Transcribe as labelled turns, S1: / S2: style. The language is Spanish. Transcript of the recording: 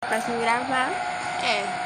S1: Para su grapa.
S2: ¿Qué?